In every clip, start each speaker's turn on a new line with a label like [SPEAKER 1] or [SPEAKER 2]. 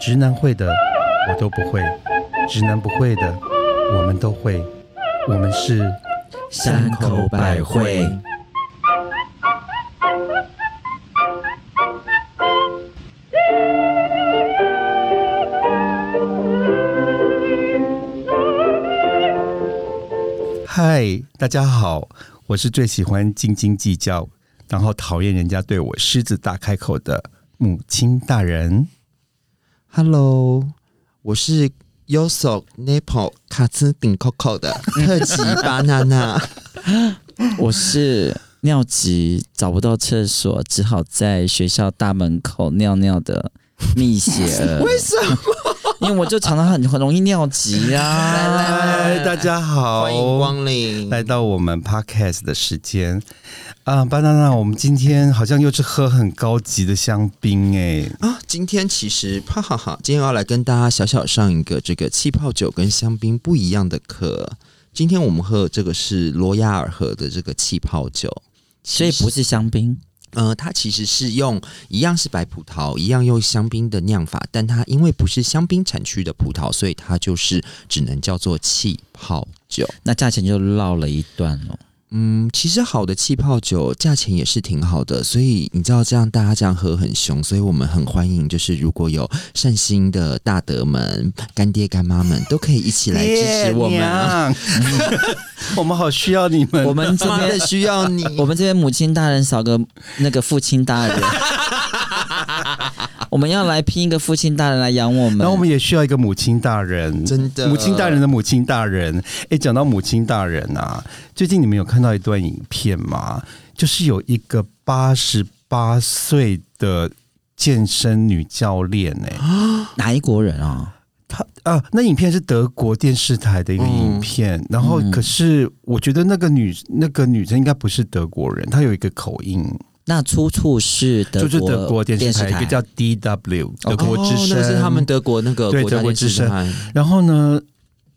[SPEAKER 1] 直男会的我都不会，直男不会的我们都会，我们是
[SPEAKER 2] 山口百惠。
[SPEAKER 1] 嗨，大家好，我是最喜欢斤斤计较，然后讨厌人家对我狮子大开口的母亲大人。
[SPEAKER 2] Hello，我是 Yoso Nepal 卡兹顶 Coco 的特级巴娜娜。
[SPEAKER 3] 我是尿急找不到厕所，只好在学校大门口尿尿的蜜雪 儿。
[SPEAKER 2] 为什么？
[SPEAKER 3] 因为我就常常很很容易尿急
[SPEAKER 2] 来
[SPEAKER 3] 啊。
[SPEAKER 2] 来
[SPEAKER 1] 嗨，
[SPEAKER 2] 来，
[SPEAKER 1] 大家好，
[SPEAKER 2] 欢迎光临。
[SPEAKER 1] 来到我们 podcast 的时间啊，巴娜娜，我们今天好像又是喝很高级的香槟哎、
[SPEAKER 2] 啊，今天其实哈哈哈，今天要来跟大家小小上一个这个气泡酒跟香槟不一样的课。今天我们喝的这个是罗亚尔河的这个气泡酒，
[SPEAKER 3] 所以不是香槟，
[SPEAKER 2] 呃，它其实是用一样是白葡萄，一样用香槟的酿法，但它因为不是香槟产区的葡萄，所以它就是只能叫做气泡酒。
[SPEAKER 3] 那价钱就绕了一段哦。
[SPEAKER 2] 嗯，其实好的气泡酒价钱也是挺好的，所以你知道这样大家这样喝很凶，所以我们很欢迎，就是如果有善心的大德们、干爹干妈们，都可以一起来支持我们 啊。
[SPEAKER 1] 爹娘。 我们好需要你们。
[SPEAKER 3] 我们这
[SPEAKER 2] 真的
[SPEAKER 3] 边，
[SPEAKER 2] 需要你，
[SPEAKER 3] 我们这边母亲大人少个那个父亲 大人，我们要来拼一个父亲大人来养我们。
[SPEAKER 1] 然后我们也需要一个母亲大人，
[SPEAKER 2] 真的
[SPEAKER 1] 母亲大人的母亲大人。哎，讲到母亲大人啊，最近你们有看到一段影片吗？就是有一个八十八岁的健身女教练、哎，
[SPEAKER 3] 哪一国人啊？
[SPEAKER 1] 她啊，那影片是德国电视台的一个影片，
[SPEAKER 2] 嗯
[SPEAKER 1] 然后可是我觉得那个女那个女生应该不是德国人，她有一个口音，
[SPEAKER 3] 那出处是德
[SPEAKER 1] 就
[SPEAKER 3] 国
[SPEAKER 1] 是德国电视台一个叫 DW 德国之
[SPEAKER 2] 哦，
[SPEAKER 1] 声，
[SPEAKER 2] 那个是他们德国那个
[SPEAKER 1] 对
[SPEAKER 2] 国家
[SPEAKER 1] 德国
[SPEAKER 2] 电视
[SPEAKER 1] 之声
[SPEAKER 2] 台
[SPEAKER 1] 然后呢，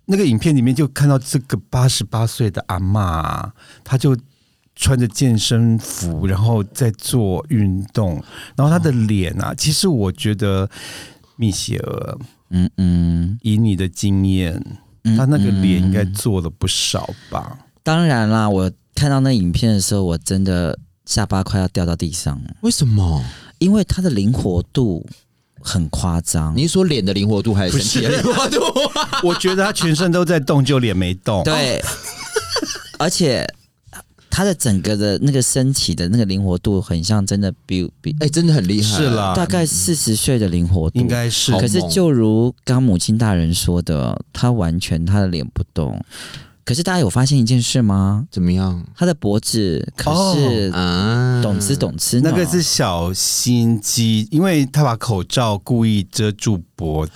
[SPEAKER 1] 那个影片里面就看到这个八十八岁的阿嬷，啊她就穿着健身服，然后在做运动，然后她的脸啊，其实我觉得蜜雪儿，
[SPEAKER 3] 嗯嗯，
[SPEAKER 1] 以你的经验，
[SPEAKER 3] 嗯
[SPEAKER 1] 她那个脸应该
[SPEAKER 3] 嗯
[SPEAKER 1] 做了不少
[SPEAKER 2] 嗯
[SPEAKER 1] 吧？
[SPEAKER 3] 当然啦，我看到那影片的时候，我真的下巴快要掉到地上了，
[SPEAKER 2] 为什么？
[SPEAKER 3] 因为它的灵活度很夸张。
[SPEAKER 2] 你是说脸的灵活度还是身体的 灵活度？
[SPEAKER 1] 我觉得她全身都在动，就脸没动。
[SPEAKER 3] 对，哦 而且他的整个的那个身体的那个灵活度，很像真的比比、
[SPEAKER 2] 哎、真的很厉害，
[SPEAKER 1] 是啦，
[SPEAKER 3] 大概四十岁的灵活度。
[SPEAKER 1] 应该是
[SPEAKER 2] 好啊
[SPEAKER 3] 可是
[SPEAKER 2] 猛
[SPEAKER 3] 就如刚母亲大人说的，他完全他的脸不动。可是大家有发现一件事吗？
[SPEAKER 2] 怎么样
[SPEAKER 3] 他的脖子可是
[SPEAKER 2] 啊？
[SPEAKER 3] 懂吃懂吃呢、
[SPEAKER 1] 那个是小心机，因为她把口罩故意遮住脖子。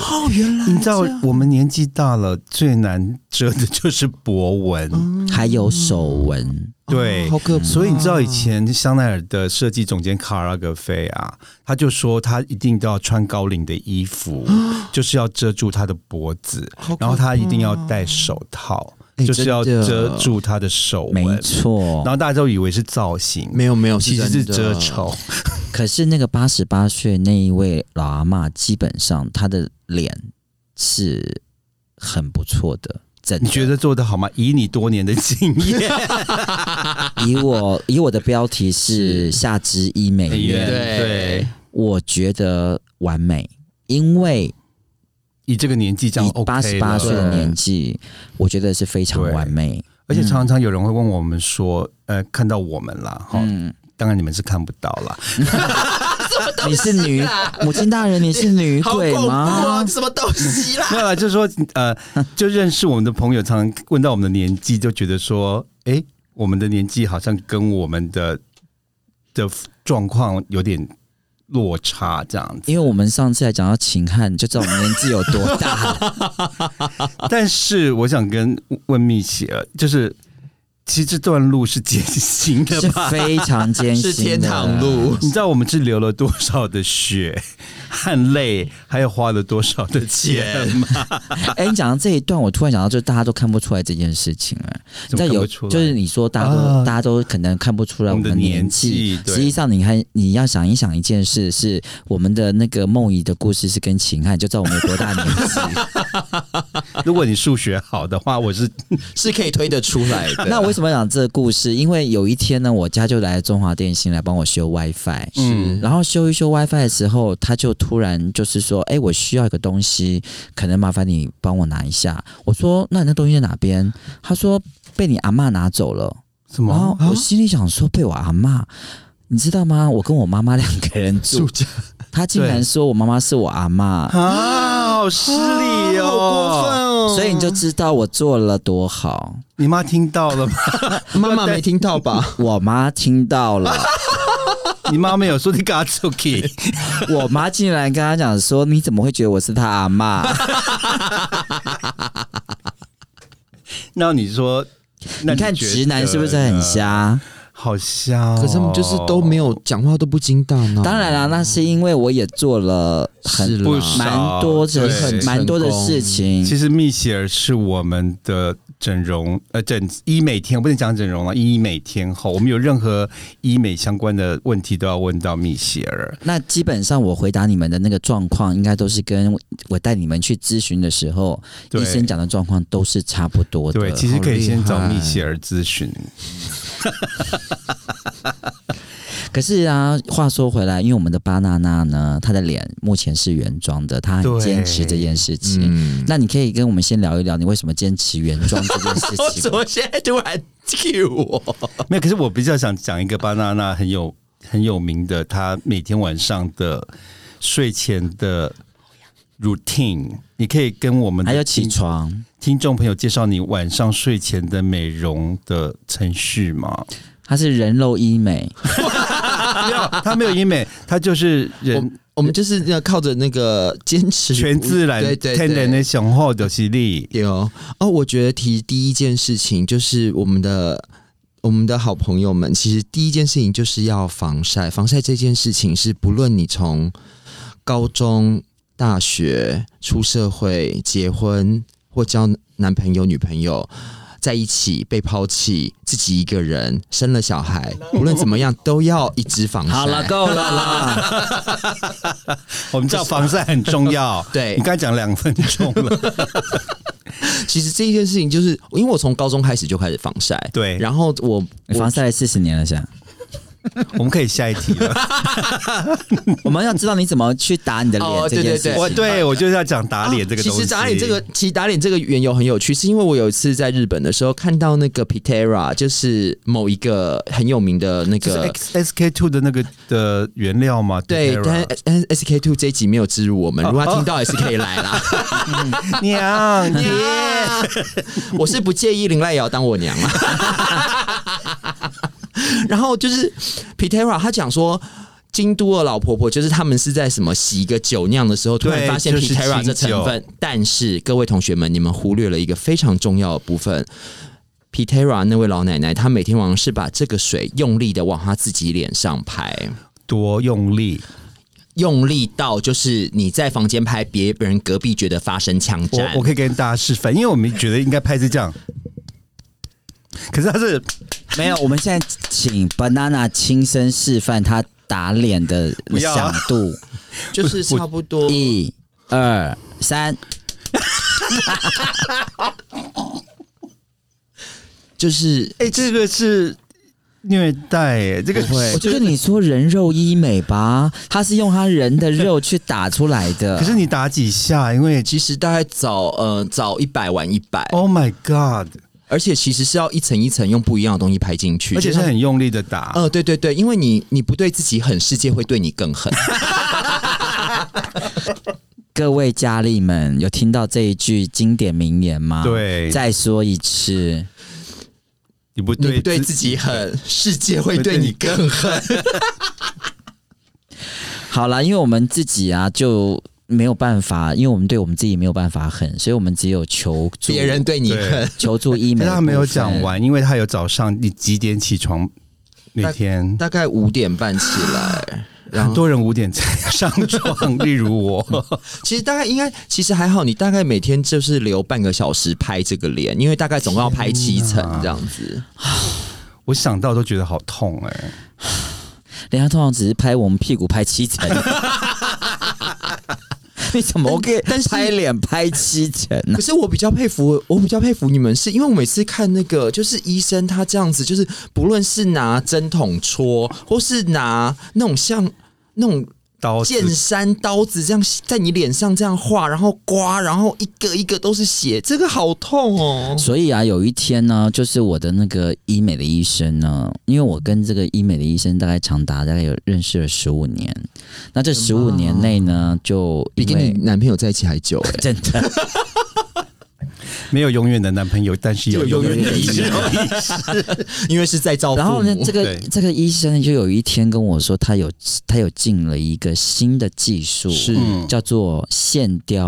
[SPEAKER 2] 哦，原来
[SPEAKER 1] 你知道我们年纪大了，最难遮的就是博文，
[SPEAKER 3] 还有手纹，
[SPEAKER 1] 对。
[SPEAKER 2] 哦好可怕。
[SPEAKER 1] 所以你知道以前香奈儿的设计总监卡拉格菲啊，他就说他一定都要穿高领的衣服，就是要遮住他的脖子，然后他一定要戴手套，
[SPEAKER 2] 哎
[SPEAKER 1] 就是要
[SPEAKER 2] 真的
[SPEAKER 1] 遮住他的手
[SPEAKER 3] 没
[SPEAKER 1] 纹。
[SPEAKER 3] 错
[SPEAKER 1] 然。后大家都以为是造型，
[SPEAKER 2] 没有没有，
[SPEAKER 1] 其实是
[SPEAKER 2] 真的
[SPEAKER 1] 遮。丑。
[SPEAKER 3] 可是那个八十八岁那一位老阿嬷，基本上她的脸是很不错的。真
[SPEAKER 1] 你觉
[SPEAKER 3] 得？
[SPEAKER 1] 得做的好吗？以你多年的经 验，
[SPEAKER 3] 以我 以我的标题是夏之一美
[SPEAKER 1] 对
[SPEAKER 3] 艳，
[SPEAKER 1] 对，
[SPEAKER 3] 我觉得完美，因为
[SPEAKER 1] 以这个年纪这样
[SPEAKER 3] 以
[SPEAKER 1] OK
[SPEAKER 3] 八十八
[SPEAKER 1] 了
[SPEAKER 3] 岁的年纪，我觉得是非常
[SPEAKER 1] 对
[SPEAKER 3] 完美。
[SPEAKER 1] 而且常常有人会问我们说，呃，看到我们啦，哈、
[SPEAKER 3] 嗯，
[SPEAKER 1] 当然你们是看不到啦。
[SPEAKER 3] 你是女母亲大人，你是女
[SPEAKER 2] 好
[SPEAKER 3] 鬼
[SPEAKER 2] 恐怖
[SPEAKER 3] 吗
[SPEAKER 2] 啊！？什么东西 啦？
[SPEAKER 1] 没有啦，就是说，呃， 就认识我们的朋友，常常问到我们的年纪，就觉得说，哎、我们的年纪好像跟我们的的状况有点落差，这样 子。
[SPEAKER 3] 因为我们上次还讲到秦汉，就知道我们年纪有多大了。
[SPEAKER 1] 但是我想跟问蜜雪儿，就是其实这段路是艰辛的
[SPEAKER 3] 是
[SPEAKER 1] 吧？
[SPEAKER 3] 非常艰辛，
[SPEAKER 2] 是天堂。路，
[SPEAKER 1] 你知道我们是流了多少的血， 汗泪，还有花了多少的钱嘛？
[SPEAKER 3] 哎、你讲到这一段，我突然想到，就是大家都看不出来这件事情哎、
[SPEAKER 1] 怎么
[SPEAKER 3] 但
[SPEAKER 1] 看
[SPEAKER 3] 有
[SPEAKER 1] 不出来
[SPEAKER 3] 就是你说大家都、
[SPEAKER 1] 啊
[SPEAKER 3] 大家都可能看不出来
[SPEAKER 1] 我
[SPEAKER 3] 我
[SPEAKER 1] 们的
[SPEAKER 3] 们年
[SPEAKER 1] 年
[SPEAKER 3] 纪，
[SPEAKER 1] 纪对
[SPEAKER 3] 实际上你还你要想一想一件事，是我们的那个梦怡的故事是跟秦汉，就知道我们有多大年
[SPEAKER 1] 啊
[SPEAKER 3] 纪。
[SPEAKER 1] 如果你数学好的话，我是
[SPEAKER 2] 是可以推得出来 的。
[SPEAKER 3] 那为什么讲这个故事？因为有一天呢，我家就来中华电信来帮我修 WiFi。
[SPEAKER 1] 嗯
[SPEAKER 3] 然后修一修 WiFi 的时候，他就突然就是说：“哎、我需要一个东西，可能麻烦你帮我拿一下。”我说：“那你那东西在哪边？”他说：“被你阿嬷拿走了。”
[SPEAKER 1] 什么？
[SPEAKER 3] 然后我心里想说，被我阿嬷，你知道吗？我跟我妈妈两个人住，
[SPEAKER 2] 家
[SPEAKER 3] 她竟然说我妈妈是我阿嬷，
[SPEAKER 1] 啊，好失
[SPEAKER 2] 啊
[SPEAKER 1] 礼哦，好过分哦
[SPEAKER 3] 所以你就知道我做了多好。
[SPEAKER 1] 你妈听到了吗？
[SPEAKER 2] 妈妈没听到吧？
[SPEAKER 3] 我妈听到了，
[SPEAKER 1] 你妈没有说你给她出去，
[SPEAKER 3] 我妈竟然跟她讲说：“你怎么会觉得我是她阿嬷？
[SPEAKER 1] 那你说， 那
[SPEAKER 3] 你看
[SPEAKER 1] 觉得
[SPEAKER 3] 直男是不是很
[SPEAKER 1] 呢？
[SPEAKER 3] 瞎？
[SPEAKER 1] 好瞎、哦，
[SPEAKER 2] 可是他们就是都没有讲话，都不经大脑。
[SPEAKER 3] 当然啦，那是因为我也做了
[SPEAKER 2] 嗯是
[SPEAKER 3] 很
[SPEAKER 2] 啦
[SPEAKER 1] 不少
[SPEAKER 3] 蛮多的
[SPEAKER 1] 对
[SPEAKER 2] 很
[SPEAKER 3] 蛮多的事情。
[SPEAKER 1] 其实蜜雪儿是我们的整容呃整医美天，我不能讲整容了，医美天后。我们有任何医美相关的问题都要问到蜜雪儿。
[SPEAKER 3] 那基本上我回答你们的那个状况，应该都是跟我我带你们去咨询的时候，
[SPEAKER 1] 对
[SPEAKER 3] 医生讲的状况都是差不多的。
[SPEAKER 1] 对，其实可以先找蜜雪儿咨询。
[SPEAKER 3] 可是啊，话说回来，因为我们的巴娜娜呢，她的脸目前是原装的，她很
[SPEAKER 1] 对
[SPEAKER 3] 坚持这件事情。
[SPEAKER 2] 嗯，
[SPEAKER 3] 那你可以跟我们先聊一聊，你为什么坚持原装这件 事情吗？
[SPEAKER 2] 么现在突然 cue 我？
[SPEAKER 1] 没有，可是我比较想讲一个巴娜娜很有很有名的，她每天晚上的睡前的 routine，你可以跟我们的
[SPEAKER 3] 还有起
[SPEAKER 1] 听
[SPEAKER 3] 床，
[SPEAKER 1] 听众朋友介绍你晚上睡前的美容的程序吗？
[SPEAKER 3] 她是人肉医美，
[SPEAKER 1] 没有，他没有医美，他就是人
[SPEAKER 2] 我们就是要靠着那个坚持
[SPEAKER 1] 全自然，
[SPEAKER 2] 对对
[SPEAKER 1] 天然
[SPEAKER 2] 对。
[SPEAKER 1] 的雄厚的实力。
[SPEAKER 2] 有哦，哦我觉得提第一件事情就是我们的。我们的好朋友们，其实第一件事情就是要防晒。防晒这件事情是，不论你从高中、大学、出社会、结婚或交男朋友、女朋友，在一起被抛弃，自己一个人生了小孩，无论怎么样都要一直防晒。，
[SPEAKER 3] 好了，够了啦，
[SPEAKER 1] 我们知道防晒很重要
[SPEAKER 2] 对
[SPEAKER 1] 你刚才讲两分钟 了，
[SPEAKER 2] 其实这一件事情就是，因为我从高中开始就开始防晒，
[SPEAKER 1] 对
[SPEAKER 2] 然后我
[SPEAKER 3] 你防晒四十年了， 想。
[SPEAKER 1] 我们可以下一题了。
[SPEAKER 3] 我们要知道你怎么去打你的脸
[SPEAKER 2] 哦
[SPEAKER 3] 这件事情。
[SPEAKER 2] 对
[SPEAKER 1] 我 对我就是要讲打脸这个
[SPEAKER 2] 啊其
[SPEAKER 1] 东西。
[SPEAKER 2] 实打脸这个，其实打脸这个缘由很有趣，是因为我有一次在日本的时候看到那个 Pitera，就是某一个很有名的那
[SPEAKER 1] 就是
[SPEAKER 2] 个。
[SPEAKER 1] X S K two 的那个的原料嘛？
[SPEAKER 2] 对，但
[SPEAKER 1] Dutera
[SPEAKER 2] S K Two 这一集没有植入我们，如果他听到也是可以来啦。
[SPEAKER 1] 娘爹，
[SPEAKER 2] 我是不介意林濑瑶当我娘啊。 然后就是 Pitera，他讲说。京都的老婆婆就是他们是在什么洗一个酒酿的时候，突然
[SPEAKER 1] 对
[SPEAKER 2] 发现
[SPEAKER 1] 就是
[SPEAKER 2] Pitera 这
[SPEAKER 1] 清酒
[SPEAKER 2] 成分。但是各位同学们，你们忽略了一个非常重要的部分。Pitera 那位老奶奶，她每天晚上是把这个水用力的往她自己脸上拍，
[SPEAKER 1] 多用力！
[SPEAKER 2] 用力到就是你在房间拍，别人隔壁觉得发生枪
[SPEAKER 1] 我
[SPEAKER 2] 战。
[SPEAKER 1] 我可以跟大家示范，因为我们觉得应该拍是这样，可是它是
[SPEAKER 3] 没有，我们现在请 banana 亲身示范他打脸的
[SPEAKER 1] 不要
[SPEAKER 3] 响
[SPEAKER 1] 啊
[SPEAKER 3] 度，
[SPEAKER 2] 就是差不多
[SPEAKER 3] 一、二、三。
[SPEAKER 2] 就是
[SPEAKER 1] 哎、这个是虐待、欸，这个
[SPEAKER 2] 哎
[SPEAKER 3] 我就跟你说，人肉医美吧，他是用他人的肉去打出来的。
[SPEAKER 1] 可是你打几下？因为
[SPEAKER 2] 其实大概早呃早一百晚一百，
[SPEAKER 1] Oh my God，
[SPEAKER 2] 而且其实是要一层一层用不一样的东西排进去，
[SPEAKER 1] 而且
[SPEAKER 2] 就是它
[SPEAKER 1] 很用力的打。
[SPEAKER 2] 呃对对对，因为你你不对自己狠，世界会对你更狠。
[SPEAKER 3] 各位佳丽们，有听到这一句经典名言吗？，
[SPEAKER 1] 对，
[SPEAKER 3] 再说一次。
[SPEAKER 1] 你不
[SPEAKER 2] 你
[SPEAKER 1] 对
[SPEAKER 2] 不对自己狠，世界会对你更狠。
[SPEAKER 3] 好啦，因为我们自己啊就没有办法，因为我们对我们自己没有办法狠，所以我们只有求助
[SPEAKER 2] 别人对你狠，
[SPEAKER 3] 求助医美
[SPEAKER 1] 但
[SPEAKER 3] 的部分。
[SPEAKER 1] 他没有讲完，因为他有早上你几点起床那天。
[SPEAKER 2] 大概五点半起来，然
[SPEAKER 1] 很
[SPEAKER 2] 后
[SPEAKER 1] 多人五点才上床，例如我。
[SPEAKER 2] 其实大概应该，其实还好，你大概每天就是留半个小时拍这个脸，因为大概总共要拍七层这样子。
[SPEAKER 1] 我想到都觉得好痛哎、
[SPEAKER 3] 人家通常只是拍我们屁股拍 七层。你怎么可以
[SPEAKER 2] 但是
[SPEAKER 3] 拍脸拍七层啊呢、
[SPEAKER 2] 可是我比较佩服，我比较佩服你们是，因为我每次看那个就是医生他这样子，就是不论是拿针筒戳，或是拿那种像那种
[SPEAKER 1] 刀子
[SPEAKER 2] 剑山刀子这样在你脸上这样划，然后刮，然后一个一个都是血，这个好痛哦。
[SPEAKER 3] 所以啊，有一天呢，就是我的那个医美的医生呢，因为我跟这个医美的医生大概长达大概有认识了十五年，那这十五年内呢，就
[SPEAKER 2] 比
[SPEAKER 3] 因
[SPEAKER 2] 跟你
[SPEAKER 3] 为
[SPEAKER 2] 男朋友在一起还久哎、
[SPEAKER 3] 真的
[SPEAKER 1] 没有永远的男朋友，但是有永
[SPEAKER 2] 有永
[SPEAKER 1] 远
[SPEAKER 2] 远
[SPEAKER 1] 的
[SPEAKER 2] 的
[SPEAKER 1] 医生。
[SPEAKER 2] 因为是在照顾。
[SPEAKER 3] 然后呢，这个
[SPEAKER 1] 哦对
[SPEAKER 3] 这个医生就有一天跟我说，他有他有进了一个新的技术，
[SPEAKER 2] 是嗯
[SPEAKER 1] 嗯
[SPEAKER 3] 叫做线雕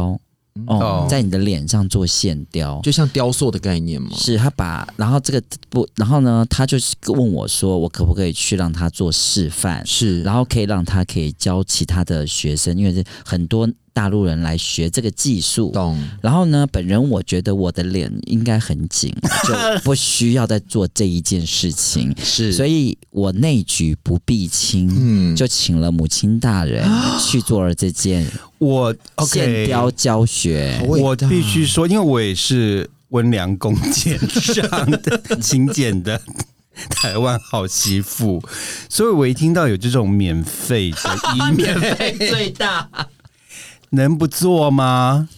[SPEAKER 3] 哦
[SPEAKER 1] 哦，嗯
[SPEAKER 3] 在你的脸上做线雕。
[SPEAKER 2] 就像雕塑的概念嘛。
[SPEAKER 3] 是他把，然后这个不，然后呢，他就是问我说，我可不可以去让他做示范？
[SPEAKER 2] 是
[SPEAKER 3] 然后可以让他可以教其他的学生，因为是很多大陆人来学这个技术。
[SPEAKER 2] 懂
[SPEAKER 3] 然后呢，本人我觉得我的脸应该很 紧，就不需要再做这一件事情，
[SPEAKER 2] 是
[SPEAKER 3] 所
[SPEAKER 2] 以
[SPEAKER 3] 以我内举不避亲，
[SPEAKER 2] 嗯
[SPEAKER 3] 就请了母亲大人 去做了这件
[SPEAKER 1] 我 OK，
[SPEAKER 3] 线雕教学。
[SPEAKER 2] 味
[SPEAKER 1] 我
[SPEAKER 2] 道
[SPEAKER 1] 必须说，因为我也是温良恭俭让的 勤俭的台湾好媳妇，所以我一听到有这种免费的医免费
[SPEAKER 2] 最大
[SPEAKER 1] 能不做吗？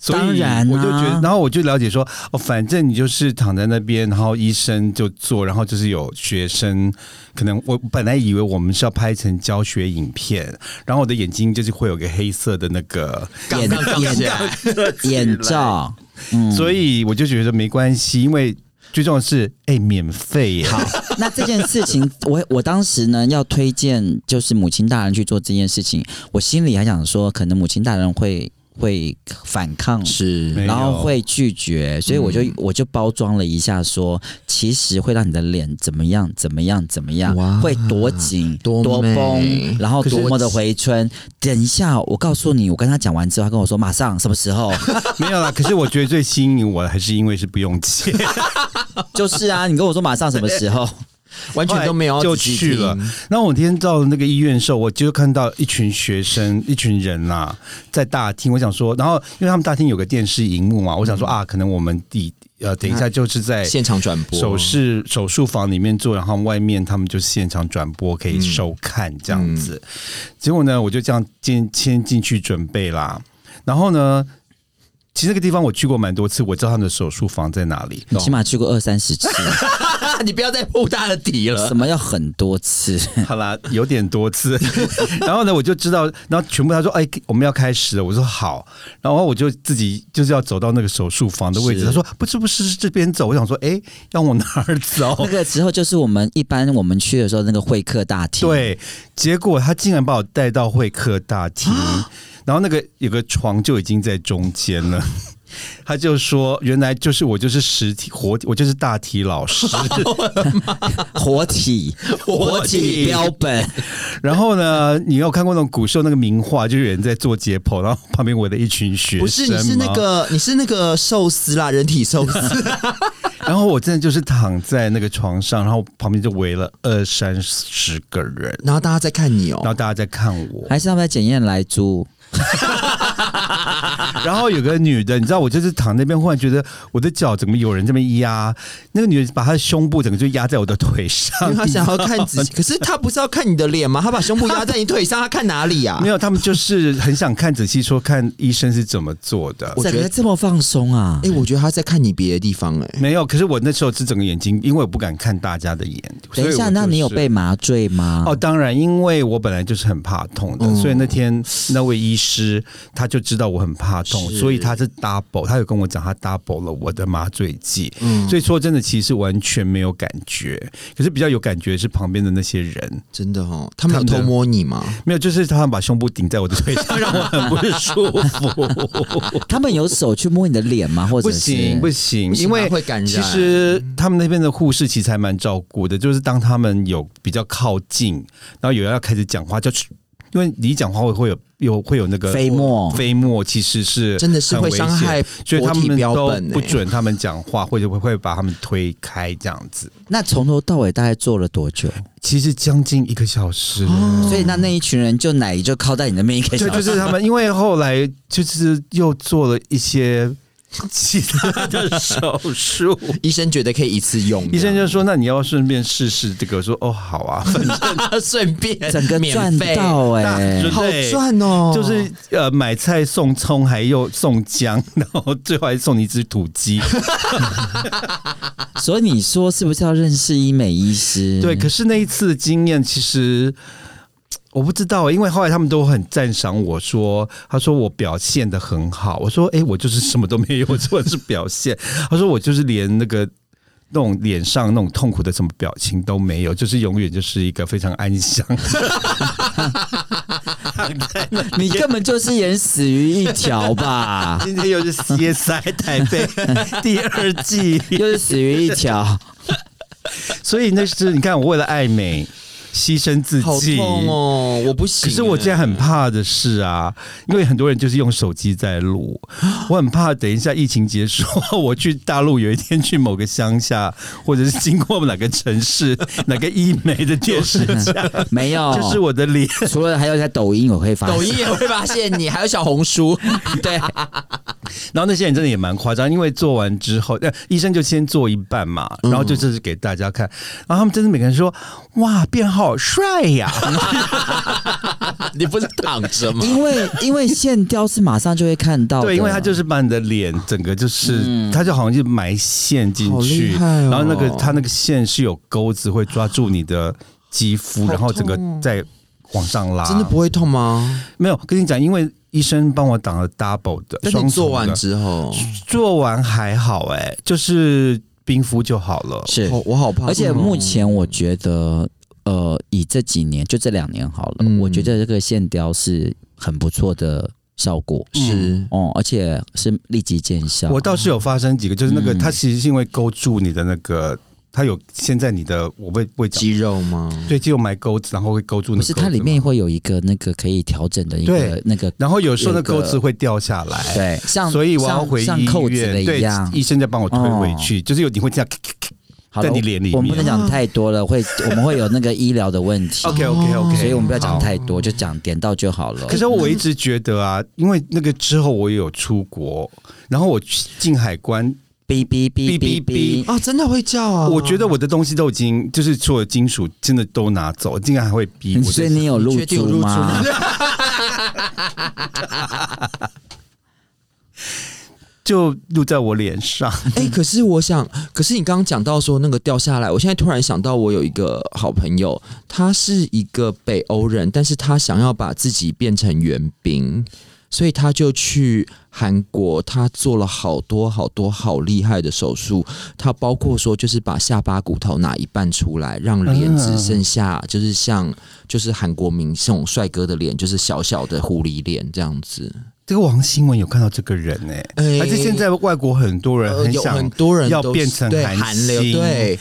[SPEAKER 1] 所以
[SPEAKER 3] 当然啊
[SPEAKER 1] 我就觉得，然后我就了解说，哦，反正你就是躺在那边，然后医生就做，然后就是有学生，可能我本来以为我们是要拍成教学影片，然后我的眼睛就是会有个黑色的那个，
[SPEAKER 2] 杠
[SPEAKER 3] 眼
[SPEAKER 2] 杠杠起
[SPEAKER 3] 眼
[SPEAKER 2] 来，
[SPEAKER 3] 眼罩，
[SPEAKER 2] 嗯
[SPEAKER 1] 所以我就觉得没关系，因为最重要的是，哎、免费耶，
[SPEAKER 3] 那这件事情，我我当时呢要推荐就是母亲大人去做这件事情，我心里还想说，可能母亲大人会会反抗。
[SPEAKER 2] 是
[SPEAKER 1] 没有
[SPEAKER 3] 然后会拒绝，所以我就、
[SPEAKER 2] 嗯
[SPEAKER 3] 我就包装了一下说其实会让你的脸怎么样怎么样怎么样
[SPEAKER 2] 哇，
[SPEAKER 3] 会多紧
[SPEAKER 2] 多美
[SPEAKER 3] 绷，然后
[SPEAKER 2] 可是
[SPEAKER 3] 多么的回春。等一下，我告诉你，我跟他讲完之后，他跟我说马上什么时 候？
[SPEAKER 1] 没有啦。可是我觉得最吸引我的还是因为是不用 钱，
[SPEAKER 3] 就是啊，你跟我说马上什么时候？
[SPEAKER 2] 完全都没有
[SPEAKER 1] 就
[SPEAKER 2] 仔细
[SPEAKER 1] 去
[SPEAKER 2] 听
[SPEAKER 1] 了。那我今天到那个医院的时候，我就看到一群学
[SPEAKER 2] 嗯
[SPEAKER 1] 生、一群人啦、在大厅。我想说，然后因为他们大厅有个电视荧幕嘛，我想说啊，可能我们第呃等一下就是在
[SPEAKER 2] 嗯现场转播
[SPEAKER 1] 手术手术房里面做，然后外面他们就是现场转播可以收看这样子。结果呢，我就这样先先进去准备啦，然后呢。其实那个地方我去过蛮多次，我知道他们的手术房在哪里。
[SPEAKER 3] 起码去过二三十 次，
[SPEAKER 2] 你不要再铺大的底了
[SPEAKER 3] 什。么要很多次？
[SPEAKER 1] 好啦，有点多次。 然后呢，我就知道，然后全部他说：“哎，我们要开始了。”我说：“好。”然后我就自己就是要走到那个手术房的位置。
[SPEAKER 3] 是
[SPEAKER 1] 他说：“不是，不是，是这边走。”我想说：“哎，要往哪儿
[SPEAKER 3] 那
[SPEAKER 1] 走
[SPEAKER 3] 个时候就是我们一般我们去的时候那个会客大？”厅，，
[SPEAKER 1] 对，结果他竟然把我带到会客大厅，
[SPEAKER 2] 啊
[SPEAKER 1] 然后那个有个床就已经在中间了。 他就说：“原来就是我，就是实体活，我就是大体老 师。”
[SPEAKER 3] 活体活体标本，
[SPEAKER 1] 然后呢，你有看过那种古时候那个名画，就是有人在做解剖，然后旁边围了一群学生
[SPEAKER 2] 不是，你是那
[SPEAKER 1] 吗
[SPEAKER 2] 个，你是那个寿司啦，人体 寿司，
[SPEAKER 1] 然后我真的就是躺在那个床上，然后旁边就围了二三十个人，
[SPEAKER 2] 然后大家在看你哦
[SPEAKER 1] 然。后大家在看我。
[SPEAKER 3] 还是他们在检验来猪？
[SPEAKER 1] 然后有个女的，你知道，我就是躺那边，忽然觉得我的脚怎么有人这么压？那个女的把她的胸部整个就压在我的腿
[SPEAKER 2] 因
[SPEAKER 1] 上
[SPEAKER 2] 为。他想要看 仔细，可是他不是要看你的脸吗？他把胸部压在你腿上，他看哪里啊
[SPEAKER 1] 没？有，他们就是很想看仔细，说看医生是怎么做的。
[SPEAKER 2] 我觉
[SPEAKER 3] 整
[SPEAKER 2] 得
[SPEAKER 3] 个这么放松啊
[SPEAKER 2] 哎、？我觉得他在看你别的地方、哎，
[SPEAKER 1] 没有，可是我那时候是整个眼睛，因为我不敢看大家的眼。
[SPEAKER 3] 等一
[SPEAKER 1] 所以
[SPEAKER 3] 下，
[SPEAKER 1] 我
[SPEAKER 3] 那你有
[SPEAKER 1] 就是
[SPEAKER 3] 被麻醉吗？
[SPEAKER 1] 哦，当然，因为我本来就是很怕痛的，
[SPEAKER 2] 嗯
[SPEAKER 1] 所以那天那位医师他就知道我很怕痛，
[SPEAKER 2] 是
[SPEAKER 1] 所以他是 double，他有跟我讲他 double 了我的麻醉剂。
[SPEAKER 2] 嗯，
[SPEAKER 1] 所以说真的，其实完全没有感觉，可是比较有感觉是旁边的那些人，
[SPEAKER 2] 真的哦，他们
[SPEAKER 1] 他
[SPEAKER 2] 有
[SPEAKER 1] 们的
[SPEAKER 2] 偷摸你吗？
[SPEAKER 1] 没有，就是他们把胸部顶在我的腿上，让我很不舒服。
[SPEAKER 3] 他们有手去摸你的脸 吗？或
[SPEAKER 1] 哦不
[SPEAKER 3] 者是
[SPEAKER 1] 行不行，因为
[SPEAKER 2] 会感染，
[SPEAKER 1] 其实他们那边的护士其实还蛮照顾的，就是当他们有比较靠近，然后有人要开始讲话，就因为你一讲话会会有有会有那个
[SPEAKER 3] 飞沫
[SPEAKER 1] 飞沫其实是
[SPEAKER 2] 真的是
[SPEAKER 1] 很
[SPEAKER 2] 会
[SPEAKER 1] 危
[SPEAKER 2] 伤
[SPEAKER 1] 险
[SPEAKER 2] 害
[SPEAKER 1] 所以
[SPEAKER 2] 国
[SPEAKER 1] 他
[SPEAKER 2] 体
[SPEAKER 1] 们
[SPEAKER 2] 标
[SPEAKER 1] 都
[SPEAKER 2] 本、欸，
[SPEAKER 1] 不准他们讲话，或者会会把他们推开这样子。
[SPEAKER 3] 那从头到尾大概做了多久？
[SPEAKER 1] 其实将近一个小时，
[SPEAKER 2] 啊
[SPEAKER 3] 所以那那一群人就奶就靠在你的面一
[SPEAKER 1] 嗯
[SPEAKER 3] 个
[SPEAKER 1] 就
[SPEAKER 3] 小
[SPEAKER 1] 就
[SPEAKER 3] 时，
[SPEAKER 1] 是他们，因为后来就是又做了一些其他的手 术，
[SPEAKER 2] 医生觉得可以一次用，
[SPEAKER 1] 医生就说：“那你要顺便试试这个。”我说：“哦，好啊，反正
[SPEAKER 2] 顺便
[SPEAKER 3] 整个
[SPEAKER 2] 免
[SPEAKER 3] 赚
[SPEAKER 2] 费
[SPEAKER 3] 到哎、
[SPEAKER 1] 那
[SPEAKER 2] 好
[SPEAKER 1] 对
[SPEAKER 2] 赚哦，
[SPEAKER 1] 就是呃，买菜送葱，还又送姜，然后最后还送你一只土鸡。
[SPEAKER 3] 所以你说是不是要认识医美医师？
[SPEAKER 1] 对，可是那一次的经验其实。我不知道，因为后来他们都很赞赏我说，他说我表现的很好。我说，哎、我就是什么都没有，我做的是表现。他说我就是连那个那种脸上那种痛苦的什么表情都没有，就是永远就是一个非常安详。
[SPEAKER 3] 你根本就是演死鱼一条 吧，
[SPEAKER 1] 今天又是 CSI 台北 第二季，
[SPEAKER 3] 又是死鱼一条。
[SPEAKER 1] 所以那是你看，我为了爱美牺牲自
[SPEAKER 2] 好
[SPEAKER 1] 己。
[SPEAKER 2] 痛哦，我不行。
[SPEAKER 1] 可是我现在很怕的是啊，因为很多人就是用手机在录，我很怕等一下疫情结束，我去大陆有一天去某个乡下，或者是经过哪个城 市、哪个医美的电视架，
[SPEAKER 3] 没
[SPEAKER 2] 哦
[SPEAKER 3] 有，
[SPEAKER 1] 这是我的脸。
[SPEAKER 3] 除了还有在抖音，我会发
[SPEAKER 2] 抖音也会发现你，还有小红书，
[SPEAKER 3] 对，
[SPEAKER 1] 然后那些人真的也蛮夸张，因为做完之后，呃，医生就先做一半嘛，
[SPEAKER 2] 嗯
[SPEAKER 1] 然后就这是给大家看，然后他们真的每个人说：“哇，变好帅呀、
[SPEAKER 2] 你不是躺着吗？
[SPEAKER 3] 因为因为线雕是马上就会看
[SPEAKER 2] 哦
[SPEAKER 3] 到的，
[SPEAKER 1] 对，因
[SPEAKER 2] 啊
[SPEAKER 1] 为他就是把你的脸整个就是，他就好像就埋线进
[SPEAKER 2] 嗯好厉
[SPEAKER 1] 去，
[SPEAKER 2] 害哦
[SPEAKER 1] 然后那个他那个线是有钩子会抓住你的肌肤，然后整个再往上拉。
[SPEAKER 2] 真的不会痛吗？
[SPEAKER 1] 没有跟你讲，因为医生帮我挡了 double 的，
[SPEAKER 2] 但
[SPEAKER 1] 双重
[SPEAKER 2] 你做完
[SPEAKER 1] 的
[SPEAKER 2] 之后，
[SPEAKER 1] 做完还好哎、就是冰敷就好了。
[SPEAKER 3] 是
[SPEAKER 2] 我我好怕痛哦，
[SPEAKER 3] 而
[SPEAKER 1] 嗯
[SPEAKER 3] 且目前我觉得，呃，以这几年就这两年好了，
[SPEAKER 2] 嗯
[SPEAKER 3] 我觉得这个线雕是很不错的效果，
[SPEAKER 2] 是
[SPEAKER 3] 哦，而且是立即见
[SPEAKER 2] 啊
[SPEAKER 3] 效。
[SPEAKER 1] 我倒是有发生几个，就是那个
[SPEAKER 3] 嗯
[SPEAKER 1] 它其实是因为勾住你的那个，它有现在你的我会不会讲，
[SPEAKER 2] 肌肉吗？
[SPEAKER 1] 对，就有埋钩子，然后会勾住
[SPEAKER 3] 不
[SPEAKER 1] 那个
[SPEAKER 3] 是
[SPEAKER 1] 钩
[SPEAKER 3] 它
[SPEAKER 1] 子
[SPEAKER 3] 里
[SPEAKER 1] 嘛
[SPEAKER 3] 面会有一个那个可以调整的一个
[SPEAKER 1] 对
[SPEAKER 3] 那个
[SPEAKER 1] 然后有时候那
[SPEAKER 3] 有一个
[SPEAKER 1] 钩子会掉下来，
[SPEAKER 3] 对，像
[SPEAKER 1] 所以我要
[SPEAKER 3] 像
[SPEAKER 1] 回
[SPEAKER 3] 像
[SPEAKER 1] 医
[SPEAKER 3] 扣子的
[SPEAKER 1] 院，
[SPEAKER 3] 一
[SPEAKER 1] 对
[SPEAKER 3] 样，。哦
[SPEAKER 1] 医生在帮我推回去，就是有你会这样咔咔咔
[SPEAKER 3] 好了
[SPEAKER 1] 在你脸里
[SPEAKER 3] 我们不能
[SPEAKER 1] 面。
[SPEAKER 3] 讲太多了，会我们会有那个医疗的问题。
[SPEAKER 1] OK OK OK，
[SPEAKER 3] 哦所以我们不要讲太多，就讲点到就好了。
[SPEAKER 1] 可是我一直觉得啊，因为那个之后我也有出国，然后我进海关，
[SPEAKER 3] 哔哔哔哔
[SPEAKER 1] 哔
[SPEAKER 3] 哔
[SPEAKER 1] 哔，
[SPEAKER 2] 啊，真的会叫
[SPEAKER 3] 哦
[SPEAKER 2] 啊！
[SPEAKER 1] 我觉得我的东西都已经就是所有金属真的都拿走，竟然还会逼我。
[SPEAKER 3] 所以你有
[SPEAKER 2] 你
[SPEAKER 3] 入
[SPEAKER 2] 确定有
[SPEAKER 3] 住
[SPEAKER 2] 入住
[SPEAKER 3] 吗？
[SPEAKER 1] 就录在我脸上，
[SPEAKER 2] 哎、可是我想，可是你刚刚讲到说那个掉下来，我现在突然想到，我有一个好朋友，他是一个北欧人，但是他想要把自己变成援兵，所以他就去韩国，他做了好多好多好厉害的手术，他包括说就是把下巴骨头拿一半出来，让脸只剩下就是像就是韩国明星帅哥的脸，就是小小的狐狸脸这样子。
[SPEAKER 1] 这个王新文有看到这个人呢、
[SPEAKER 2] 哎
[SPEAKER 1] 而且现在外国很多人
[SPEAKER 2] 呃
[SPEAKER 1] 很
[SPEAKER 2] 有
[SPEAKER 1] 想
[SPEAKER 2] 很多人
[SPEAKER 1] 要
[SPEAKER 2] 都
[SPEAKER 1] 变
[SPEAKER 2] 是
[SPEAKER 1] 成
[SPEAKER 2] 对
[SPEAKER 1] 韩
[SPEAKER 2] 韩流，
[SPEAKER 1] 星
[SPEAKER 2] 对。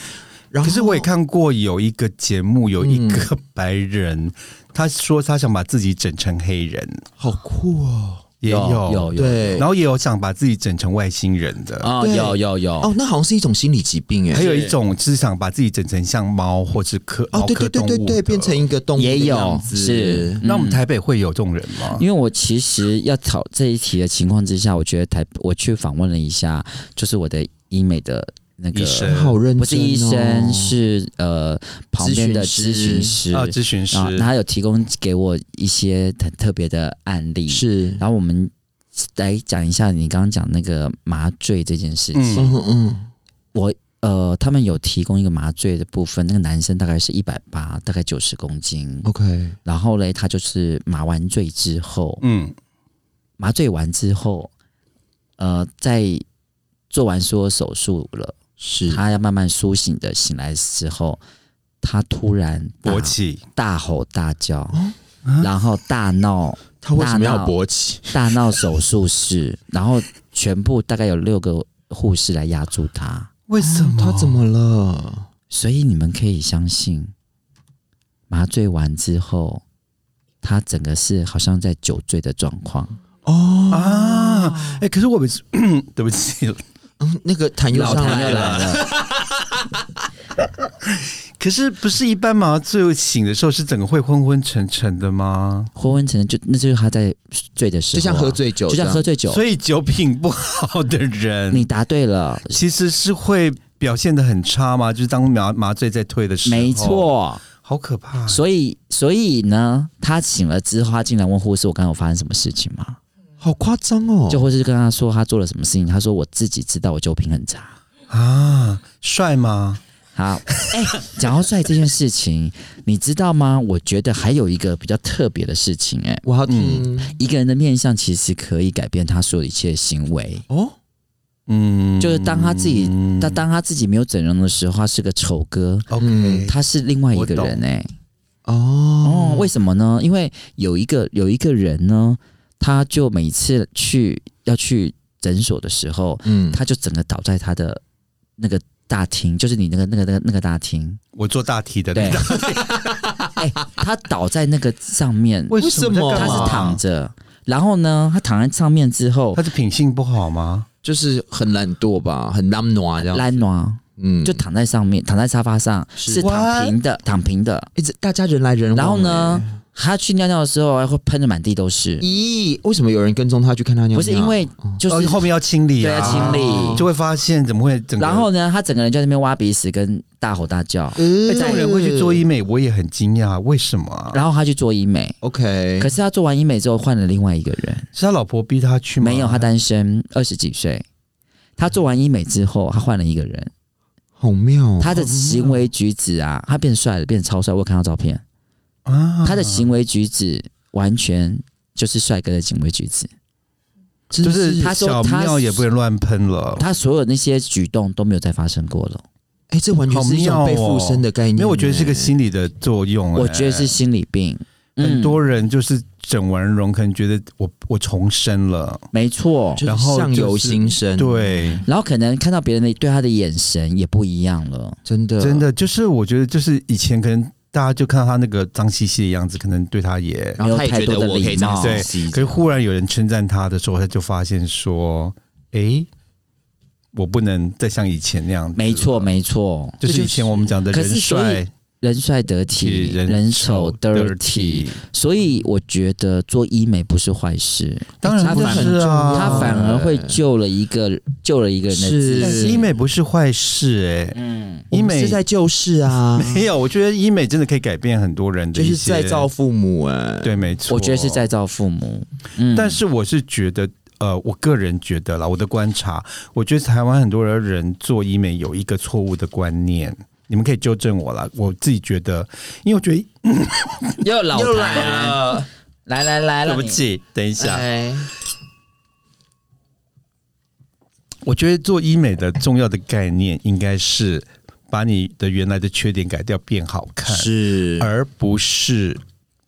[SPEAKER 2] 然后
[SPEAKER 1] 可是我也看过有一个节目，有一个白人，他说他想把自己整成黑人，
[SPEAKER 2] 好酷哦！
[SPEAKER 1] 也
[SPEAKER 3] 有有
[SPEAKER 2] 对，
[SPEAKER 1] 然后也有想把自己整成外星人的，
[SPEAKER 3] 啊，
[SPEAKER 2] 对
[SPEAKER 3] 有有有
[SPEAKER 2] 哦，那好像是一种心理疾病哎，
[SPEAKER 1] 还有一种是想把自己整成像猫或是科
[SPEAKER 2] 哦，
[SPEAKER 1] 猫
[SPEAKER 2] 对
[SPEAKER 1] 科
[SPEAKER 2] 对对
[SPEAKER 1] 动
[SPEAKER 2] 对
[SPEAKER 1] 物
[SPEAKER 2] 对，
[SPEAKER 1] 的
[SPEAKER 2] 变成一个动物
[SPEAKER 3] 也
[SPEAKER 2] 的
[SPEAKER 3] 有
[SPEAKER 2] 样子
[SPEAKER 3] 是
[SPEAKER 1] 那我们台北会有这种人吗？
[SPEAKER 3] 因为我其实要讨这一题的情况之下，我觉得台我去访问了一下，就是我的医美的那个
[SPEAKER 1] 医生
[SPEAKER 2] 好认真、哦，
[SPEAKER 3] 不是医生，是呃旁边的咨
[SPEAKER 2] 咨
[SPEAKER 3] 询
[SPEAKER 2] 询
[SPEAKER 3] 师
[SPEAKER 1] 啊，咨询师
[SPEAKER 3] 啊，那他有提供给我一些很特别的案例，
[SPEAKER 2] 是，
[SPEAKER 3] 然后我们来讲一下你刚刚讲那个麻醉这件事情。
[SPEAKER 2] 嗯嗯，
[SPEAKER 3] 呃，他们有提供一个麻醉的部分，那个男生大概是一百八，大概九十公斤。
[SPEAKER 2] ，OK，
[SPEAKER 3] 然后嘞，他就是麻完醉之后，
[SPEAKER 1] 嗯，
[SPEAKER 3] 麻醉完之后，呃，在做完所有手术了，
[SPEAKER 2] 是
[SPEAKER 3] 他要慢慢苏醒的醒来之后，他突然大
[SPEAKER 1] 勃起，
[SPEAKER 3] 大吼大叫，然后大闹
[SPEAKER 2] 他为什么要
[SPEAKER 3] 大脑
[SPEAKER 2] 勃起？
[SPEAKER 3] 大闹手术室，然后全部大概有六个护士来压住他，
[SPEAKER 1] 为什么？
[SPEAKER 2] 他怎么了？
[SPEAKER 3] 所以你们可以相信，麻醉完之后，他整个是好像在酒醉的状况。
[SPEAKER 2] 哦，
[SPEAKER 1] 啊，哎、可是 我每次对不起，
[SPEAKER 2] 嗯那个痰又上
[SPEAKER 3] 痰
[SPEAKER 2] 来
[SPEAKER 3] 又来
[SPEAKER 2] 了，
[SPEAKER 3] 了，
[SPEAKER 1] 可是不是一般麻醉醒的时候是整个会昏昏沉沉的吗？
[SPEAKER 3] 昏昏沉沉，就那就是他在醉的时候啊、
[SPEAKER 2] 就像喝醉酒
[SPEAKER 3] 就
[SPEAKER 2] 这样，嗯
[SPEAKER 3] 像喝醉酒。
[SPEAKER 1] 所以酒品不好的人，
[SPEAKER 3] 你答对了，
[SPEAKER 1] 其实是会表现的很差吗？就是当麻麻醉在退的时候，
[SPEAKER 3] 没，
[SPEAKER 2] 哦
[SPEAKER 3] 错。
[SPEAKER 1] 好可怕、
[SPEAKER 3] 所以，所以呢，他醒了之后，他竟然问护士：“我刚刚有发生什么事情吗
[SPEAKER 2] 好夸张？”哦，
[SPEAKER 3] 就护士跟他说他做了什么事情，他说：“我自己知道我酒品很差。”
[SPEAKER 1] 啊！帅吗？
[SPEAKER 3] 好， 哎、讲到帅这件事情，你知道吗？我觉得还有一个比较特别的事情、哎，
[SPEAKER 2] 我要听、
[SPEAKER 3] 一个人的面相其实可以改变他所有的一切行为。
[SPEAKER 2] 哦，
[SPEAKER 1] 嗯，
[SPEAKER 3] 就是当他自己
[SPEAKER 1] 嗯
[SPEAKER 3] 但当他自己没有整容的时候，他是个丑哥，
[SPEAKER 1] OK，、
[SPEAKER 2] 嗯
[SPEAKER 3] 他是另外一个
[SPEAKER 1] 我懂
[SPEAKER 3] 人、哎，
[SPEAKER 2] 哦
[SPEAKER 3] 哦，，为什么呢？因为有一个有一个人呢，他就每次去要去诊所的时候，
[SPEAKER 2] 嗯，
[SPEAKER 3] 他就整个倒在他的那个大厅，就是你那个那个那个那个大厅，
[SPEAKER 1] 我做大题的，
[SPEAKER 3] 对，哎、他倒在那个上面，
[SPEAKER 1] 为
[SPEAKER 2] 为什么
[SPEAKER 1] 在
[SPEAKER 3] 他
[SPEAKER 1] 干嘛
[SPEAKER 3] 是躺着，然后呢，他躺在上面之后
[SPEAKER 1] 他，是品性不好吗？
[SPEAKER 2] 就是很懒惰吧，很懒惰这样，
[SPEAKER 3] 懒暖
[SPEAKER 2] 嗯，
[SPEAKER 3] 就躺在上面，躺在沙发上
[SPEAKER 2] 是
[SPEAKER 3] 是躺平的，躺平的。
[SPEAKER 2] 一直大家人来人往，
[SPEAKER 3] 然后？呢，他去尿尿的时候还会喷的满地都是，
[SPEAKER 2] 欸咦，为什么有人跟踪他去看他尿尿？
[SPEAKER 3] 不是因为就是
[SPEAKER 1] 哦后面要清理
[SPEAKER 3] 对
[SPEAKER 1] 啊，
[SPEAKER 3] 要清理
[SPEAKER 1] 就会发现怎么会整个。
[SPEAKER 3] 然后呢，他整个人就在那边挖鼻屎跟大吼大叫，
[SPEAKER 2] 呃
[SPEAKER 1] 哎这种人会去做医美，我也很惊讶，为什么啊？
[SPEAKER 3] 然后他去做医美。
[SPEAKER 2] ，OK，
[SPEAKER 1] 哎
[SPEAKER 3] 可是他做完医美之后换了另外一个人，
[SPEAKER 1] 是他老婆逼他去吗？啊
[SPEAKER 3] 没有，他单身，二十几岁。他做完医美之后，他换了一个人，
[SPEAKER 2] 好妙哦，
[SPEAKER 3] 他的行为举止啊，他变帅了，变超帅，我有看到照片，
[SPEAKER 1] 啊，
[SPEAKER 3] 他的行为举止完全就是帅哥的行为举止，
[SPEAKER 2] 真
[SPEAKER 1] 就是
[SPEAKER 3] 他说
[SPEAKER 1] 小
[SPEAKER 3] 他
[SPEAKER 1] 尿也不能乱喷了。
[SPEAKER 3] 他所有那些举动都没有再发生过了。
[SPEAKER 2] 哎、这完全是一种被附身的概念、
[SPEAKER 1] 因
[SPEAKER 2] 欸
[SPEAKER 1] 为哦我觉得是个心理的作用、哎
[SPEAKER 3] 嗯我觉得是心理病，
[SPEAKER 1] 很
[SPEAKER 3] 嗯
[SPEAKER 1] 多人就是整完容，可能觉得我我重生了，
[SPEAKER 3] 没错。
[SPEAKER 2] 就是
[SPEAKER 1] 然后
[SPEAKER 2] 相由心生，，
[SPEAKER 1] 对，
[SPEAKER 3] 然后可能看到别人的对他的眼神也不一样了，
[SPEAKER 2] 真的
[SPEAKER 1] 真，的就是我觉得就是以前可能大家就看到他那个脏兮兮的样子，可能对他也，
[SPEAKER 2] 然后他也觉
[SPEAKER 3] 没有太
[SPEAKER 2] 得
[SPEAKER 3] 多的
[SPEAKER 2] 我可以这样
[SPEAKER 3] 礼貌
[SPEAKER 2] 子洗
[SPEAKER 1] 可是忽然有人称赞他的时候，他就发现说，诶，我不能再像以前那样子，
[SPEAKER 3] 没错，，没错。
[SPEAKER 1] 就是以前我们讲的
[SPEAKER 3] 可
[SPEAKER 1] 人
[SPEAKER 3] 是所以
[SPEAKER 1] 帅
[SPEAKER 3] 人帅得
[SPEAKER 1] 且
[SPEAKER 3] 体，
[SPEAKER 1] 人
[SPEAKER 3] 人丑得体，。所以我觉得做医美不是坏事，
[SPEAKER 1] 当然
[SPEAKER 3] 他
[SPEAKER 1] 不
[SPEAKER 3] 反
[SPEAKER 1] 是啊，
[SPEAKER 3] 他反而会救了一个救了一个人的
[SPEAKER 2] 是
[SPEAKER 3] 自
[SPEAKER 1] 但
[SPEAKER 3] 信。
[SPEAKER 1] 是医美不是坏事哎、
[SPEAKER 3] 嗯，
[SPEAKER 2] 我
[SPEAKER 1] 医
[SPEAKER 2] 们
[SPEAKER 1] 美
[SPEAKER 2] 是在救世啊，
[SPEAKER 1] 没有，我觉得医美真的可以改变很多人的
[SPEAKER 2] 就
[SPEAKER 1] 一些，
[SPEAKER 2] 是在造父母哎、
[SPEAKER 1] 对，没错，
[SPEAKER 3] 我觉得是再造父母。嗯，
[SPEAKER 1] 但是我是觉得，呃，我个人觉得啦，我的观察，我觉得台湾很多的人做医美有一个错误的观念，你们可以纠正我啦。我自己觉得，因为我觉得
[SPEAKER 3] 又老
[SPEAKER 2] 又
[SPEAKER 3] 来
[SPEAKER 2] 来了，
[SPEAKER 3] 来来来
[SPEAKER 1] 对
[SPEAKER 3] 了，
[SPEAKER 1] 不
[SPEAKER 3] 你
[SPEAKER 1] 起，等一
[SPEAKER 3] 啊
[SPEAKER 1] 下，
[SPEAKER 2] 哎，
[SPEAKER 1] 我觉得做医美的重要的概念应该是把你的原来的缺点改掉，变好看，
[SPEAKER 2] 是，
[SPEAKER 1] 而不是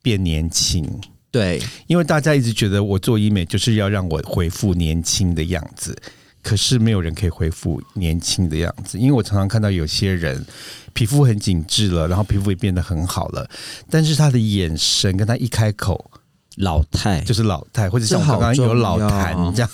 [SPEAKER 1] 变年轻。
[SPEAKER 2] 对，
[SPEAKER 1] 因为大家一直觉得我做医美就是要让我恢复年轻的样子，可是没有人可以恢复年轻的样子。因为我常常看到有些人皮肤很紧致了，然后皮肤也变得很好了，但是他的眼神跟他一开口
[SPEAKER 3] 老太
[SPEAKER 1] 就是老态，或者像
[SPEAKER 2] 这
[SPEAKER 1] 我
[SPEAKER 2] 好
[SPEAKER 1] 刚刚有老
[SPEAKER 2] 重要
[SPEAKER 1] 痰
[SPEAKER 2] 嗯
[SPEAKER 1] 这样。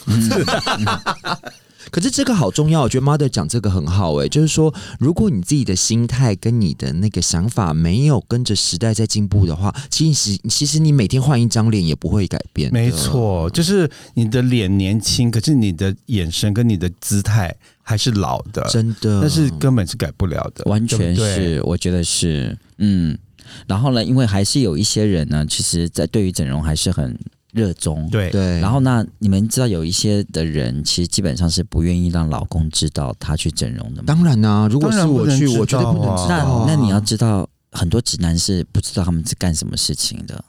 [SPEAKER 2] 可是这个好重要，我觉得 mother 讲这个很好哎、就是说，如果你自己的心态跟你的那个想法没有跟着时代在进步的话，其实其实你每天换一张脸也不会改变，
[SPEAKER 1] 没，错，就是你的脸年轻，可是你的眼神跟你的姿态还是老的，
[SPEAKER 2] 真的，
[SPEAKER 1] 那是根本是改不了的，
[SPEAKER 3] 完
[SPEAKER 1] 对
[SPEAKER 3] 全
[SPEAKER 1] 不对
[SPEAKER 3] 是，我觉得是，嗯。然后呢，因为还是有一些人呢，其实，在对于整容还是很热衷。。
[SPEAKER 1] 对
[SPEAKER 2] 对，
[SPEAKER 3] 然后那你们知道有一些的人，其实基本上是不愿意让老公知道他去整容的嘛。
[SPEAKER 2] 当然啦、如果是
[SPEAKER 1] 当然不
[SPEAKER 2] 我去，
[SPEAKER 1] 能
[SPEAKER 2] 我绝对不能知
[SPEAKER 1] 知
[SPEAKER 2] 道、
[SPEAKER 1] 道
[SPEAKER 2] 啊
[SPEAKER 1] 啊。
[SPEAKER 3] 那那你要知道，很多直男是不知道他们是干什么事情的，